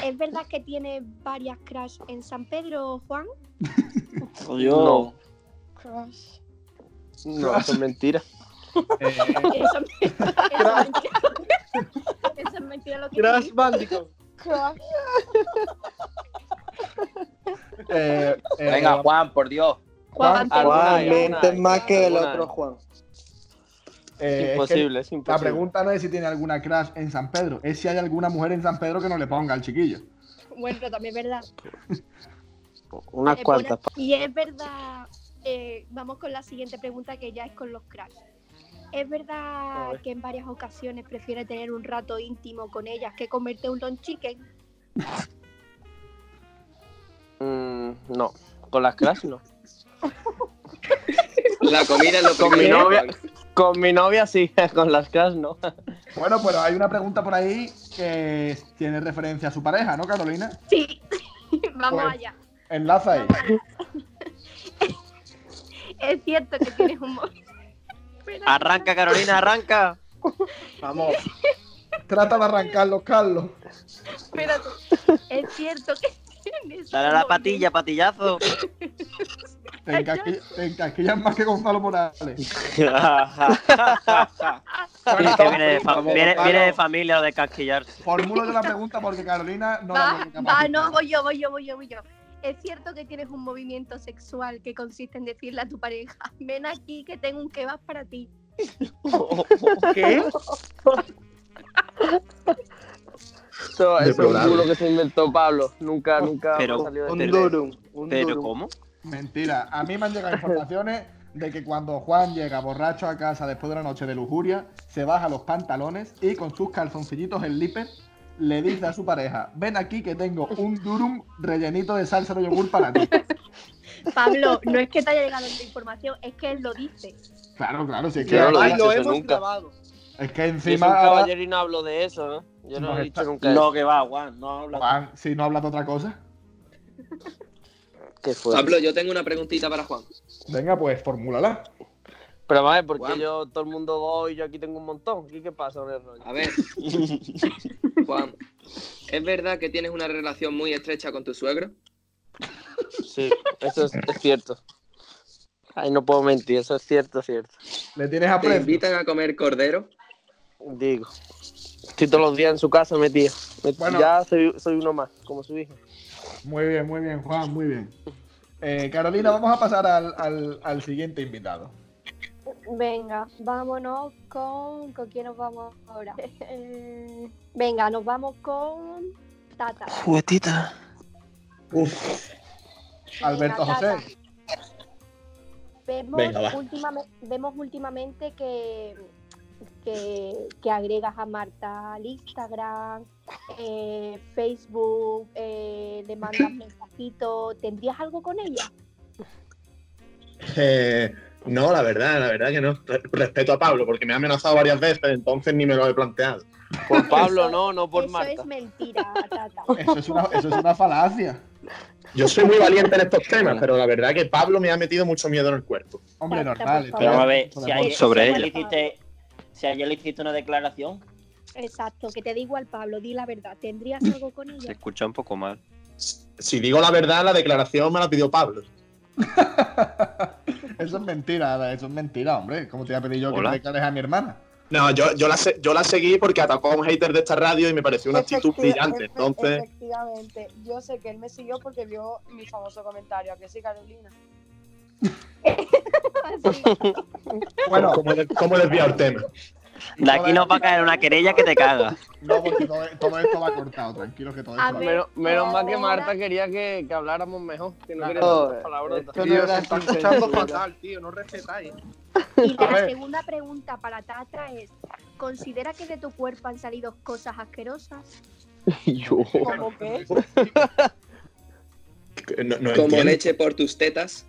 S7: ¿Es verdad que tiene varias crash en San Pedro, Juan?
S2: Yo,
S9: Crush.
S3: No, eso es mentira.
S1: Eh,
S7: [laughs] Eso, me- eso es mentira. Eso es mentira lo que
S10: Crash
S7: dice.
S10: Bandicoot.
S9: Crush.
S1: eh, eh,
S4: Venga, Juan, por Dios.
S3: Ah,
S7: Juan,
S1: Juan,
S7: perdona.
S3: Juan,
S4: Alguna,
S3: mientes
S4: alguna,
S3: más que el
S4: alguna.
S3: otro Juan.
S1: eh, es que
S3: imposible, es
S1: la
S3: imposible.
S1: pregunta no es si tiene alguna crash en San Pedro, es si hay alguna mujer en San Pedro que no le ponga al chiquillo.
S7: Bueno, pero también es verdad.
S3: Unas
S7: Eh,
S3: cuantas.
S7: por- Y es verdad, eh, vamos con la siguiente pregunta que ya es con los crash. ¿Es verdad que en varias ocasiones prefiere tener un rato íntimo con ellas que comerte un don chicken? [laughs]
S3: Mm, no, con las Crash no.
S6: La comida es lo
S3: Con mi
S6: primero.
S3: novia. [laughs] Con mi novia sí, [laughs] con las Crash no. [laughs]
S1: Bueno, pero hay una pregunta por ahí que tiene referencia a su pareja, ¿no, Carolina?
S7: Sí, vamos
S1: Pues-
S7: allá.
S1: Enlaza ahí.
S7: Es cierto que tienes un [laughs] móvil. Pero-
S8: Arranca, Carolina, arranca.
S10: Vamos.
S1: Trata de arrancarlo, Carlos.
S7: Espérate, es cierto que tienes.
S8: Dale a
S7: un
S8: la
S7: móvil.
S8: patilla, patillazo.
S1: Te encasqui- te encasquillas más que Gonzalo Morales.
S8: Es que viene de, fa-
S10: Vamos,
S8: viene-
S10: Gonzalo.
S8: viene de familia lo de casquillarse.
S1: Formulo yo la pregunta porque Carolina no la
S7: Va,
S1: tiene
S7: Ah, va,
S1: capacitada.
S7: no, voy yo, voy yo, voy yo, voy yo. Es cierto que tienes un movimiento sexual que consiste en decirle a tu pareja, ven aquí que tengo un kebab para ti.
S10: ¿Qué?
S3: Eso, eso es un
S5: Deplorable.
S3: culo que se inventó Pablo. Nunca, nunca
S8: Pero-
S3: salió de
S8: Un
S3: Oh, pero-
S8: durum,
S3: un
S8: Pero
S3: durum.
S8: ¿cómo?
S1: Mentira. A mí me han llegado informaciones de que cuando Juan llega borracho a casa después de una noche de lujuria, se baja los pantalones y con sus calzoncillitos en líper le dice a su pareja, ven aquí que tengo un durum rellenito de salsa de yogur para ti.
S7: Pablo, no es que te haya llegado la información, es que él lo dice.
S1: Claro, claro, si es que,
S3: Yo no lo he
S10: Ay,
S3: dicho
S10: lo
S3: eso
S10: hemos
S3: nunca.
S10: grabado.
S1: es que
S3: Yo soy un
S1: encima ahora,
S3: caballero y no hablo de eso, ¿eh? Yo no
S1: Nos
S3: he
S1: está-
S3: dicho nunca
S2: no,
S3: eso.
S2: que va, Juan, no habla.
S1: Juan, si no hablas de otra cosa.
S3: Qué fuerte.
S6: Pablo, yo tengo una preguntita para Juan.
S1: Venga, pues formúlala.
S3: Pero vamos a ver, porque
S6: Juan.
S3: yo todo el mundo dos y yo aquí tengo un montón. ¿Qué, qué pasa con el rollo?
S2: [laughs]
S6: A ver, Juan, ¿es verdad que tienes una relación muy estrecha con tu suegro?
S3: Sí, eso es, es cierto. Ay, no puedo mentir, eso es cierto, cierto.
S1: Le tienes
S6: ¿Te
S1: aprecio.
S6: invitan a comer cordero?
S3: Digo. Estoy todos los días en su casa metido. Me-
S1: Bueno.
S3: Ya soy, soy uno más, como su hijo.
S1: Muy bien, muy bien, Juan, muy bien. Eh, Carolina, vamos a pasar al, al- al siguiente invitado.
S7: Venga, vámonos con. ¿Con quién nos vamos ahora? [laughs] Eh, Venga, nos vamos con. Tata.
S8: Juguetita.
S1: Alberto
S7: Venga, Tata.
S1: José.
S7: Vemos,
S5: Venga, va.
S7: últimame- vemos últimamente que, que, que agregas a Marta al Instagram, eh, Facebook, eh, le mandas mensajitos. ¿Tendrías algo con ella?
S5: Eh, no, la verdad, la verdad que no. Re- Respeto a Pablo porque me ha amenazado varias veces, entonces ni me lo he planteado.
S3: [laughs] Por Pablo, no, no por
S7: Eso
S3: Marta.
S7: es mentira, Tata.
S1: Eso es una, eso es una falacia.
S5: Yo soy muy valiente en estos temas, pero la verdad que Pablo me ha metido mucho miedo en el cuerpo.
S1: Hombre,
S7: Tata, por
S1: normal.
S7: favor.
S2: Pero vamos a ver,
S1: Por
S2: si
S1: amor.
S2: ayer, si
S8: Sobre
S2: ayer
S8: ella.
S2: le hiciste, si ayer le hiciste una declaración,
S7: Exacto, que te da igual, Pablo, di la verdad. ¿Tendrías algo con
S8: Se
S7: ella? [laughs]
S8: escucha un poco mal.
S5: Si digo la verdad, la declaración me la pidió Pablo.
S1: Eso es mentira, eso es mentira, hombre. ¿Cómo te voy a pedir yo
S8: Hola.
S1: que te declares a mi hermana?
S5: No, yo, yo, la, se- yo la seguí porque atacó a un hater de esta radio y me pareció una actitud
S9: Efectiva-
S5: brillante.
S9: efe-
S5: Entonces,
S9: Efectivamente. Yo sé que él me siguió porque vio mi famoso comentario. ¿A que sí, Carolina?
S1: Bueno,
S5: ¿cómo, de- cómo desviar el tema?
S8: De aquí nos va a caer una querella que te caga.
S1: no, porque todo, todo esto va cortado, tranquilo que todo
S7: A
S1: esto va
S7: ver.
S3: Menos, menos mal que
S7: Ahora-
S3: Marta quería que, que habláramos mejor. Que no quería
S1: Claro.
S3: tantas palabrotas.
S6: [laughs]
S10: Tío,
S1: no
S10: se [laughs]
S1: era
S10: está
S1: sin
S10: escuchando
S1: censura.
S10: fatal, tío, no respetáis.
S7: Y
S1: A
S7: la
S1: ver.
S7: segunda pregunta para Tata es, ¿considera que de tu cuerpo han salido cosas asquerosas?
S9: ¿Cómo que?
S5: Que No, no
S6: Como
S5: entiendo.
S6: leche por tus tetas.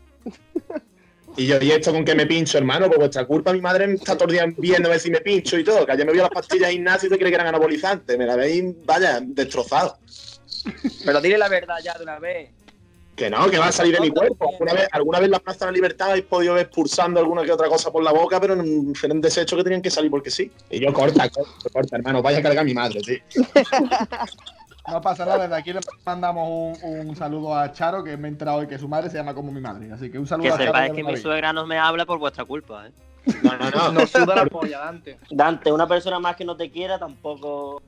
S5: Y yo, ¿y esto con qué me pincho, hermano? Por vuestra culpa, mi madre me está todo el día viéndome si me pincho y todo. Que ayer me vio las pastillas de gimnasio y se cree que eran anabolizantes. Me la veis, vaya, destrozado.
S4: Pero dile la verdad ya de una vez.
S5: Que no, que va a salir de mi cuerpo. Alguna vez, alguna vez en la Plaza de la Libertad habéis podido ver expulsando alguna que otra cosa por la boca, pero en- en un desecho que tenían que salir porque sí. Y yo, corta, corta, corta, hermano. Vaya a cargar a mi madre, tío.
S1: No pasa nada, desde aquí le mandamos un, un saludo a Charo, que me he enterado hoy que su madre se llama como mi madre. Así que un saludo
S8: Que
S1: a Charo.
S8: sepáis
S1: de
S8: que mi
S1: Madrid.
S8: suegra no me habla por vuestra culpa, ¿eh?
S5: No, no, no.
S10: Nos suda la polla, Dante.
S2: Dante, una persona más que no te quiera tampoco.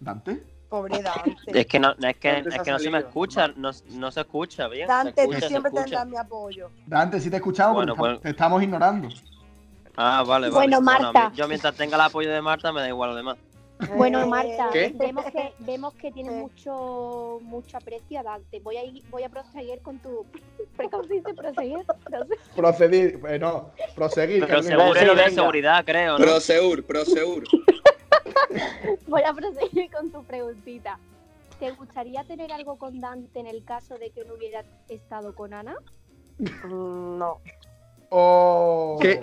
S1: ¿Dante?
S9: Pobre Dante.
S8: [laughs] Es que no, es que,
S10: Antes
S8: es
S10: ha
S8: que no se me
S10: salido.
S8: escucha, no, no se escucha bien. se
S9: Dante,
S8: escucha,
S9: tú
S8: se
S9: siempre
S8: escucha.
S9: tendrás mi apoyo.
S1: Dante, sí te he escuchado,
S8: Bueno,
S1: pero
S8: pues-
S1: te estamos ignorando.
S8: Ah, vale, vale.
S7: Bueno,
S8: a
S7: Marta.
S8: mí- yo mientras tenga el apoyo de Marta me da igual lo demás.
S7: Bueno,
S9: Eh,
S7: Marta,
S5: ¿Qué?
S7: vemos que
S8: [laughs]
S7: vemos que tienes
S9: Eh.
S7: mucho mucho aprecio a Dante. Voy a ir- voy a proseguir con tu [laughs] ¿Cómo se dice proseguir? Proseguir.
S1: Procedir, eh, no, proseguir.
S8: Pero
S1: Carolina.
S8: seguro
S3: venga,
S8: es de
S3: venga.
S8: seguridad, creo, ¿no?
S6: Proseur, proseur.
S7: Voy a proseguir con tu preguntita. ¿Te gustaría tener algo con Dante en el caso de que no hubiera estado con Ana?
S9: Mm, No.
S1: Oh,
S10: [laughs] ¿Qué?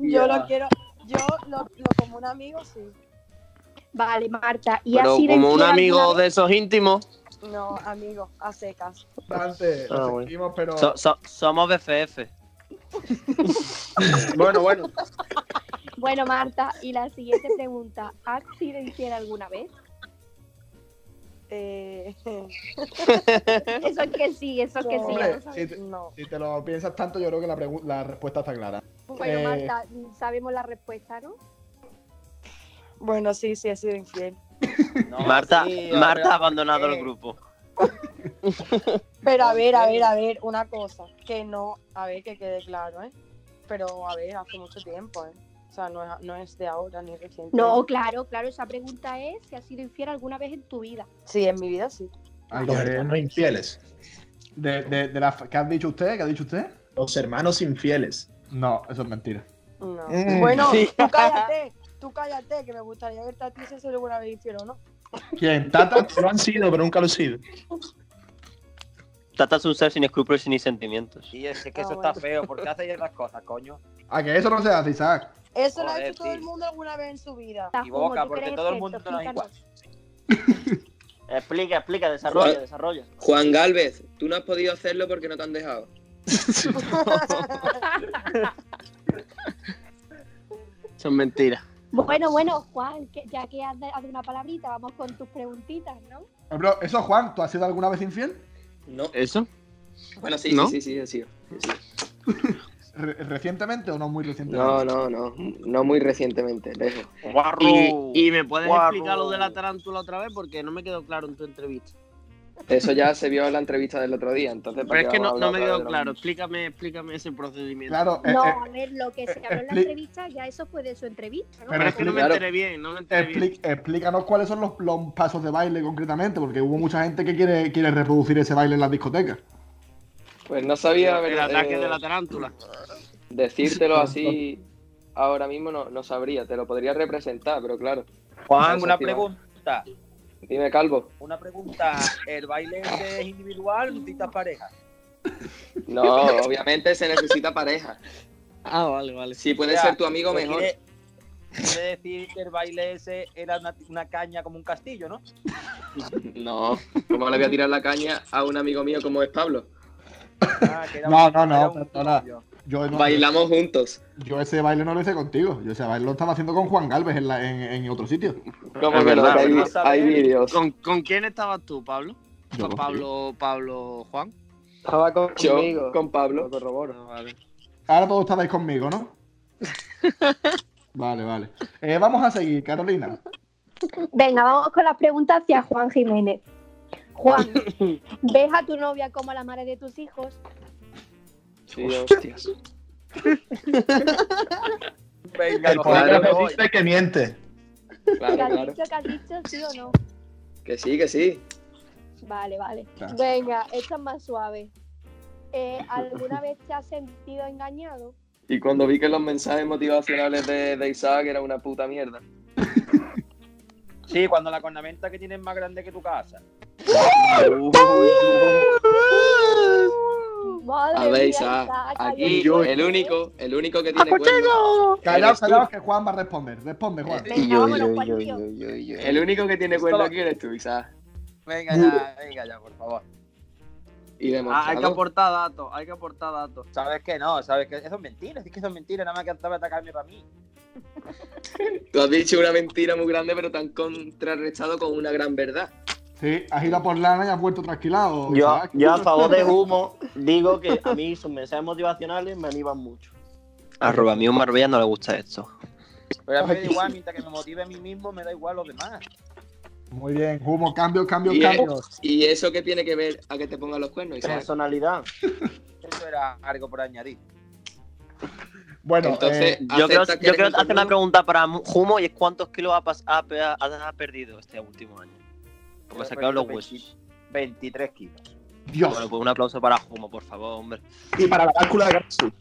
S9: Yo lo quiero. Yo lo, lo como un amigo, sí.
S7: Vale, Marta, y
S3: Pero
S7: así de
S3: como un
S7: infiel
S3: amigo
S7: alguna vez?
S3: de esos íntimos.
S9: No, amigo, a secas.
S1: Dante,
S3: Ah,
S1: lo
S3: bueno.
S1: sentimos, pero
S8: So- so- somos BFF.
S10: Bueno, bueno.
S7: Bueno, Marta, y la siguiente pregunta, ¿has sido infiel alguna vez?
S9: Eh,
S7: Eso es que sí, eso es que sí. ya
S1: Hombre,
S7: lo sabemos.
S1: si te,
S9: no.
S1: si te lo piensas tanto, yo creo que la, pregu- la respuesta está clara.
S7: Bueno,
S1: eh,
S7: Marta, sabemos la respuesta, ¿no?
S9: Bueno, sí, sí, he sido infiel.
S8: Marta,
S4: sí,
S8: Marta ha
S4: ahora-
S8: abandonado
S9: eh.
S8: el grupo.
S9: Pero a ver, a ver, a ver, una cosa. Que no, a ver, que quede claro, ¿eh? Pero a ver, hace mucho tiempo, ¿eh? O sea, no es, no es de ahora ni reciente.
S7: No, claro, claro, esa pregunta es si has sido infiel alguna vez en tu vida.
S9: Sí, en mi vida sí.
S1: ay,
S5: Los
S1: qué-
S5: hermanos infieles.
S1: de, de, de la- ¿Qué has dicho usted? ¿Qué ha dicho usted?
S5: Los hermanos infieles.
S1: No, eso es mentira.
S9: No.
S5: Mm.
S9: Bueno,
S3: Sí.
S9: tú cállate, tú cállate, que me gustaría verte a ti si soy alguna vez infiel o no.
S1: ¿Quién? ¿Tata?
S5: Lo han sido, pero nunca lo he sido.
S8: Tata es un ser sin escrúpulos y sin sentimientos.
S4: Tío, es que
S9: Ah,
S4: eso
S9: bueno.
S4: está feo. ¿Por qué hacéis esas cosas, coño?
S1: ¿A que eso no se hace, Isaac?
S9: Eso lo ha
S4: Joder,
S9: hecho todo
S4: tío.
S9: el mundo alguna vez en su vida.
S7: Tajumo,
S4: Equivoca,
S7: ¿tú
S4: porque
S7: crees
S4: todo el
S7: que
S4: mundo
S7: esto?
S4: nos
S7: Explícanos.
S2: Explica, explica, desarrolla,
S6: Juan-
S2: desarrolla.
S6: Juan Galvez, tú no has podido hacerlo porque no te han dejado.
S3: Son mentiras.
S7: Bueno, bueno, Juan, que- ya que has dado una palabrita, vamos con tus preguntitas, ¿no?
S1: Eh, Bro, eso, Juan, ¿tú has sido alguna vez infiel?
S6: No.
S3: ¿Eso?
S6: Bueno, sí,
S3: ¿No?
S6: sí, sí, sí, ha sido.
S1: Re- ¿Recientemente o no muy recientemente?
S6: No, no, no. No muy recientemente, lejos.
S3: Y, y me puedes
S6: Guarro.
S3: explicar lo de la tarántula otra vez porque no me quedó claro en tu entrevista.
S6: Eso ya se vio en la entrevista del otro día, entonces.
S3: Pero es que no, no me quedó
S6: veo
S3: claro. Explícame, explícame ese procedimiento.
S1: Claro, eh,
S7: No, a ver, lo que se habló en la
S1: expli-
S7: entrevista, ya eso fue de su entrevista, ¿no?
S1: eh, Pero es que no me
S3: Claro.
S1: enteré
S3: bien,
S6: Eh,
S3: no me
S1: enteré bien. Explícanos cuáles son los, los pasos de baile concretamente, porque hubo mucha gente que quiere, quiere reproducir ese baile en las discotecas.
S6: Pues no sabía,
S3: El
S6: verdad,
S3: ataque
S6: eh,
S3: de la
S6: [laughs]
S3: tarántula.
S6: Decírtelo así ahora mismo no, no sabría, te lo podría representar, pero claro.
S4: Juan,
S6: No
S4: una
S6: sé si va.
S4: pregunta.
S6: Dime, Calvo.
S4: Una pregunta. ¿El baile ese es individual o necesitas pareja?
S6: No, [laughs] obviamente se necesita pareja.
S3: Ah, vale, vale. pues
S6: Si puede
S4: O sea,
S6: ser tu amigo,
S4: lo
S6: mejor.
S4: Quiere, quiere decir que el baile ese era una, una caña como un castillo, ¿no?
S6: No, ¿cómo le voy a tirar la caña a un amigo mío como es Pablo?
S4: Ah, que era
S1: No,
S4: un-
S1: no,
S4: era
S1: no,
S4: un-
S1: perdona. Yo, no-
S6: Bailamos juntos.
S1: yo ese baile no lo hice contigo. Yo ese baile lo estaba haciendo con Juan Galvez en, la- en- en otro sitio.
S6: ¿Cómo que no? Que hay, hay vídeos.
S3: ¿Con, con quién estabas tú, Pablo?
S1: Yo
S3: Pa- Pablo, Pablo Juan.
S6: Estaba
S3: Yo
S6: con Pablo.
S3: Ah, vale.
S1: Ahora todos estabais conmigo, ¿no? Vale, vale. Eh, vamos a seguir, Carolina.
S7: Venga, vamos con las preguntas hacia Juan Jiménez. Juan,
S1: [laughs]
S7: ¿ves a tu novia como la madre de tus hijos?
S6: Sí, hostias.
S4: Venga,
S5: El
S4: no,
S5: polígrafo
S4: claro,
S5: dice que miente.
S6: Claro,
S7: ¿Qué has
S6: claro.
S7: dicho, que has dicho, sí o no?
S6: Que sí, que sí.
S7: Vale, vale.
S1: Claro.
S7: Venga, esta es más suave. Eh, ¿Alguna vez te has sentido engañado?
S6: Y cuando vi que los mensajes motivacionales de, de Isaac era una puta mierda.
S4: Sí, cuando la cornamenta que tienes es más grande que tu casa.
S7: Madre
S6: A ver,
S7: mía,
S6: Isaac,
S7: Isaac,
S6: aquí
S7: adiós.
S6: el único, el único
S7: ¡Ah,
S6: que tiene cuernos.
S1: Callaos,
S6: Eres tú.
S1: callaos, que Juan va a responder. Responde, Juan.
S7: Venga, vámonos, Juan, tío.
S6: El único que tiene cuernos aquí eres tú, Isaac.
S4: Venga ya, venga ya, por favor.
S6: Y
S10: Ah, hay que
S6: demostrado.
S10: aportar datos, hay que aportar datos.
S4: Sabes que no, sabes que eso es mentira, es que eso es mentira, nada más que estaba atacarme para mí.
S6: Tú has dicho una mentira muy grande, pero te han contrarrestado con una gran verdad.
S1: Sí, has ido a por lana y has vuelto trasquilado.
S2: Yo,
S1: Isaac.
S2: yo a favor de Humo digo que a mí sus mensajes motivacionales me animan mucho.
S8: Arroba, a mí un Marbella no le gusta esto.
S4: Pero a mí me da igual, mientras que me motive a mí mismo, me da igual los demás.
S1: Muy bien, humo, cambio, cambio,
S6: Y,
S1: cambio.
S6: ¿Y eso qué tiene que ver a que te pongan los cuernos, Isaac?
S2: Personalidad.
S4: Eso era algo por añadir.
S1: Bueno, eh,
S6: Entonces,
S8: Yo creo,
S6: acepta que
S8: yo
S6: eres
S8: creo
S6: un
S8: hacer una
S6: cuerno.
S8: pregunta para Humo y es cuántos kilos ha, pas- ha pe- ha- ha perdido este último año. Porque
S4: Yo
S8: se
S4: he
S8: quedaron los
S4: perdido
S8: huesos.
S4: 23 kilos.
S1: Dios.
S8: Bueno, pues un aplauso para Humo, por favor, hombre.
S5: Y para la cálcula de Gatsu.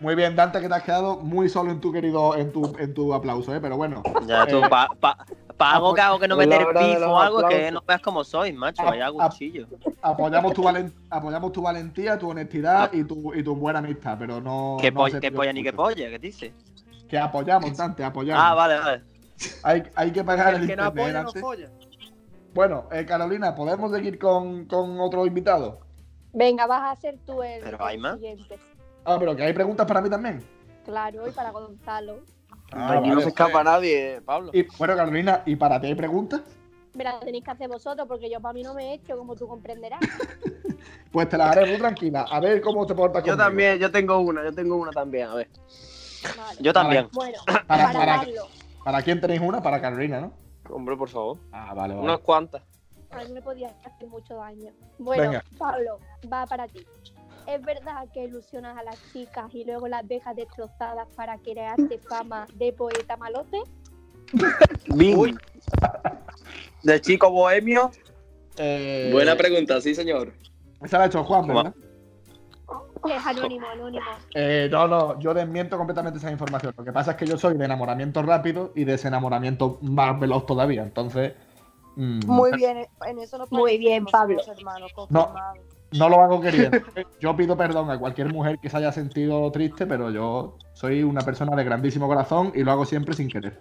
S1: Muy bien, Dante, que te has quedado muy solo en tu querido, en tu, en tu aplauso, ¿eh? Pero bueno.
S8: Ya, tú,
S1: Eh,
S8: pa, pa- pa algo que hago que no
S6: es la
S8: meter
S6: hora de
S8: pif
S6: los
S8: o algo, que
S6: aplausos.
S8: no veas cómo sois, macho,
S1: Ah,
S8: vaya
S1: ah.
S8: cuchillo.
S1: Apoyamos tu, valen- apoyamos tu valentía, tu honestidad y tu, y tu buena amistad, pero no.
S8: Que
S1: no
S8: polla,
S1: se
S8: que
S1: te
S8: polla ni que
S1: escucha.
S8: polla, ¿qué dices?
S1: Que apoyamos, Dante, apoyamos.
S8: Ah, vale, vale.
S1: hay, hay que pagar el,
S10: El que no
S1: internet
S10: apoya, no
S1: antes.
S10: folla.
S1: Bueno, eh, Carolina, ¿podemos seguir con, con otro invitado?
S7: Venga, vas a ser tú el,
S8: Pero hay
S7: el
S8: más.
S7: siguiente.
S1: Ah, pero que hay preguntas para mí también.
S7: Claro, y para Gonzalo.
S1: Ah,
S10: Aquí no se
S1: vale.
S3: pues.
S10: escapa nadie, eh, Pablo.
S1: Y, bueno, Carolina, ¿y para ti hay preguntas?
S7: Me la tenéis que hacer vosotros porque yo para mí no me he hecho, como tú comprenderás.
S1: Pues te las haré muy tranquila. A ver cómo te portas
S10: Yo
S1: conmigo.
S10: también, yo tengo una, yo tengo una también, a ver.
S7: Vale.
S8: Yo también.
S7: Bueno,
S1: Para,
S7: para
S1: para,
S7: Carlos,
S1: ¿para quién tenéis una? Para Carolina, ¿no?
S3: Hombre, por favor.
S1: Ah, vale, vale.
S3: Unas cuantas.
S7: a mí me podía hacer mucho daño. Bueno,
S1: Venga.
S7: Pablo, va para ti. ¿Es verdad que ilusionas a las chicas y luego las dejas destrozadas para crearte fama de poeta malote?
S10: Uy. De chico bohemio.
S1: Eh,
S6: Buena pregunta, sí, señor.
S1: Esa la ha hecho Juan, ¿verdad?
S7: Es anónimo, anónimo.
S1: Eh, no, no, yo desmiento completamente esa información. Lo que pasa es que yo soy de enamoramiento rápido y desenamoramiento más veloz todavía. Entonces, mm,
S9: [laughs] Muy bien, en eso nos
S7: Muy bien,
S9: parecemos, hermanos, confirmado.
S1: no lo hago queriendo. Yo pido perdón a cualquier mujer que se haya sentido triste, pero yo soy una persona de grandísimo corazón y lo hago siempre sin querer.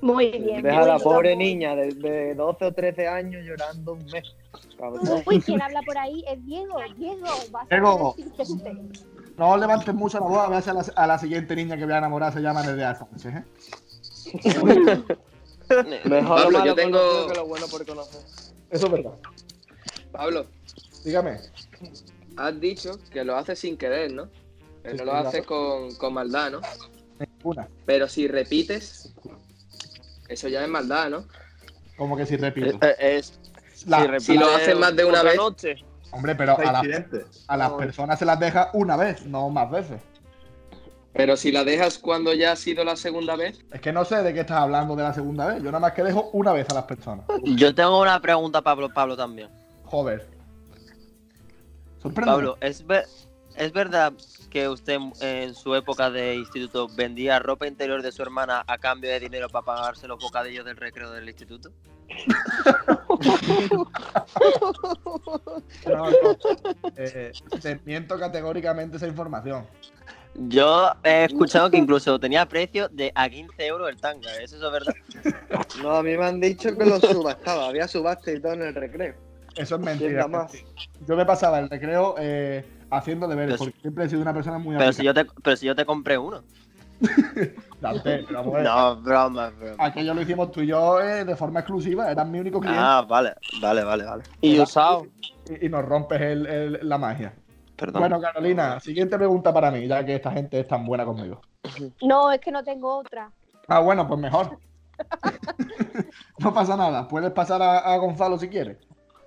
S7: Muy bien.
S11: Deja a la
S7: muy
S11: pobre
S7: bien.
S11: niña de, de 12 o 13 años llorando un mes. cabrón.
S7: Uy, quien habla por ahí es Diego. Diego, vas
S1: Diego.
S7: a tener que irte.
S1: No levantes mucho la voz, a ver si a la, a la siguiente niña que voy a enamorar se llama Nerea Sánchez. ¿eh?
S6: Mejor
S1: Pablo, yo
S6: lo malo
S1: tengo-
S6: conocido que lo bueno por conocer.
S1: Eso es verdad.
S6: Pablo,
S1: Dígame.
S6: has dicho que lo haces sin querer, ¿no?
S1: Sí,
S6: Que no
S1: sí,
S6: lo
S1: lo
S6: haces
S1: hago.
S6: con, con maldad, ¿no?
S1: Una.
S6: Pero si repites, eso ya es maldad, ¿no?
S1: Como que si repito.
S6: si
S1: La-
S6: repites Si lo hacen más de una otra vez. noche.
S1: Hombre, pero a, las-
S6: Accidente.
S1: a las personas se las deja una vez, no más veces.
S6: Pero si la dejas cuando ya ha sido la segunda vez,
S1: Es que no sé de qué estás hablando de la segunda vez. Yo nada más que dejo una vez a las personas.
S8: Yo tengo una pregunta, Pablo, Pablo también.
S1: Joder. Sorprende.
S8: Pablo, ¿es, ver- ¿es verdad que usted en su época de instituto vendía ropa interior de su hermana a cambio de dinero para pagarse los bocadillos del recreo del instituto?
S1: No, no.
S3: [laughs]
S1: Eh, te miento categóricamente esa información.
S8: Yo he escuchado que incluso tenía precio de a 15 euros el tanga, ¿eso es verdad?
S11: No, a mí me han dicho que lo subastaba. Había subasta y todo en el recreo.
S1: Eso es
S11: Tienda
S1: mentira.
S11: más.
S1: Yo me pasaba el recreo eh, haciendo deberes, porque siempre he sido una persona muy
S8: Pero si yo te, pero si yo te compré uno.
S1: Dante, pero vamos a ver.
S8: No, broma, broma.
S1: Aquello lo hicimos tú y yo eh, de forma exclusiva, eras mi único cliente.
S8: Ah, vale, vale, vale, vale.
S1: y usado. Y, y nos rompes el- el- la magia.
S8: Perdón.
S1: Bueno, Carolina, siguiente pregunta para mí, ya que esta gente es tan buena conmigo.
S7: No, es que no tengo otra.
S1: Ah, bueno, pues
S8: [laughs]
S1: mejor. no pasa nada, puedes pasar a, a Gonzalo si quieres.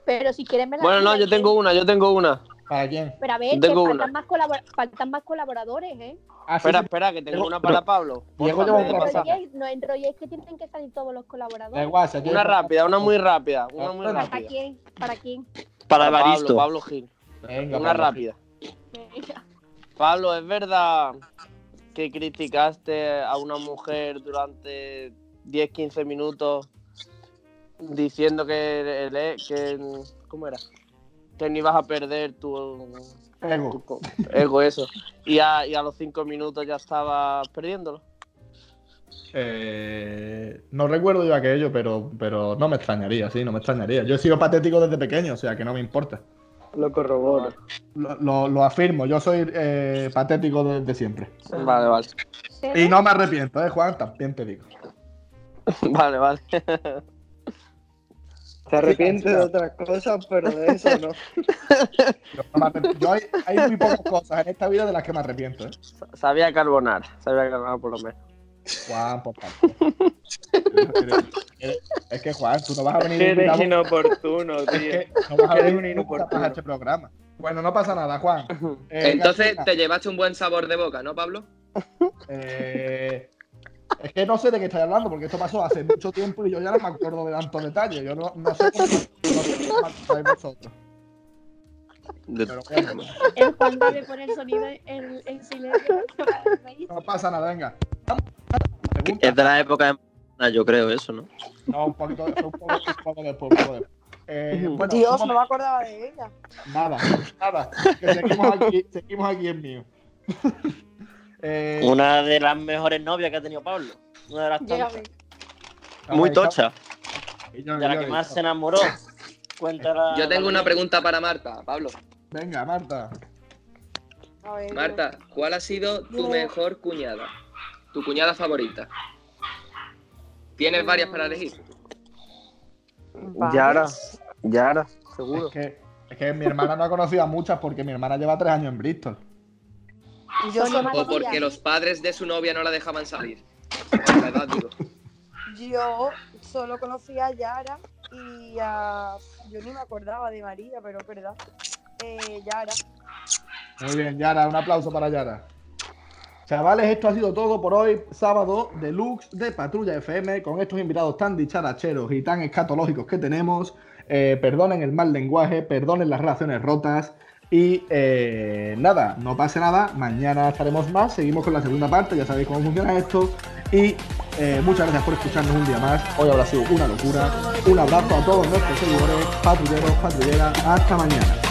S7: Pero si quieres me la
S3: Bueno, no, yo tengo una, yo tengo una.
S1: ¿Para quién?
S7: Pero a ver, que
S3: tengo
S7: faltan
S3: una.
S7: más, colabora- faltan más colaboradores, ¿eh?
S3: Espera, espera, que tengo
S1: Diego-
S3: una para Pablo.
S1: Ah, Diego
S3: Porfa,
S1: lleva un
S3: me-
S7: No
S1: corazón.
S7: enrolléis, no enrolléis que tienen que salir todos los
S1: Da
S7: colaboradores.
S1: igual, si aquí
S3: Una
S1: hay-
S3: rápida, una muy rápida, una muy
S1: Pablo.
S7: ¿Para
S3: rápida.
S7: quién? ¿Para quién?
S8: Para
S3: Pablo,
S8: Evaristo.
S3: Pablo Gil.
S1: Venga,
S3: Una
S1: Pablo.
S3: rápida. Pablo, ¿es verdad que criticaste a una mujer durante 10-15 minutos diciendo que, el- que ¿cómo era? Que no ibas a perder tu
S1: Ego.
S3: ego eso. Y a, y a los 5 minutos ya estabas perdiéndolo.
S1: Eh, no recuerdo yo aquello, pero, pero no me extrañaría, sí, no me extrañaría. Yo he sido patético desde pequeño, o sea que no me importa.
S11: Lo corroboro.
S1: Lo, lo- lo afirmo, yo soy eh, patético desde siempre.
S3: Vale, vale.
S1: Y no me arrepiento, ¿eh, Juan? También te digo.
S3: Vale, vale.
S11: Se arrepiente de otras cosas, pero de eso no.
S1: Yo no me arrep- yo hay, hay muy pocas cosas en esta vida de las que me arrepiento, ¿eh?
S3: Sabía carbonar, sabía carbonar por lo menos.
S1: Juan, por favor. Es que, Juan, tú no vas a venir
S11: Eres
S1: invitado-
S11: inoportuno, tío.
S1: no vas a
S11: Eres
S1: venir
S11: un
S1: nunca
S11: inoportuno.
S1: más a este programa. Bueno, no pasa nada, Juan. Eh,
S6: entonces
S1: Carolina,
S6: te llevaste un buen sabor de boca, ¿no, Pablo?
S1: eh, es que no sé de qué estás hablando, porque esto pasó hace mucho tiempo y yo ya no me acuerdo de tantos detalles. Yo no, no sé cómo no sé cómo me acordáis vosotros. Pero
S8: [laughs]
S1: bueno,
S12: [laughs] El Juan debe poner sonido en, en silencio.
S1: no pasa nada, venga.
S8: Es de la época de... Yo creo eso, ¿no?
S1: No, un poquito, un poco, un poco después, un poco después. Eh, bueno,
S9: Dios,
S1: un
S9: no me acordaba de ella.
S1: Nada, nada. Que seguimos aquí, seguimos aquí en mío. Eh,
S2: Una de las mejores novias que ha tenido Pablo. Una de las tantas.
S8: Muy tocha.
S2: De la que más se enamoró. Cuéntala.
S6: Yo tengo una pregunta para Marta, Pablo.
S1: Venga, Marta.
S6: Marta, ¿cuál ha sido tu
S7: No.
S6: mejor cuñada? Tu cuñada favorita. Tienes varias
S9: Mm.
S6: para elegir.
S3: Yara, Yara, seguro.
S1: Es que, es que mi hermana no ha conocido a muchas porque mi hermana lleva tres años en Bristol.
S9: Yo soy
S6: O porque los padres de su novia no la dejaban salir. Por la edad, digo.
S9: Yo solo conocía a Yara y a. Yo ni me acordaba de María, pero es verdad. Eh, Yara.
S1: Muy bien, Yara, un aplauso para Yara. Chavales, esto ha sido todo por hoy, sábado deluxe de Patrulla FM, con estos invitados tan dicharacheros y tan escatológicos que tenemos. Eh, perdonen el mal lenguaje, perdonen las relaciones rotas. Y eh, nada, no pase nada, mañana estaremos más, seguimos con la segunda parte, ya sabéis cómo funciona esto. Y eh, muchas gracias por escucharnos un día más, hoy habrá sido una locura. Un abrazo a todos nuestros seguidores, patrulleros, patrulleras, hasta mañana.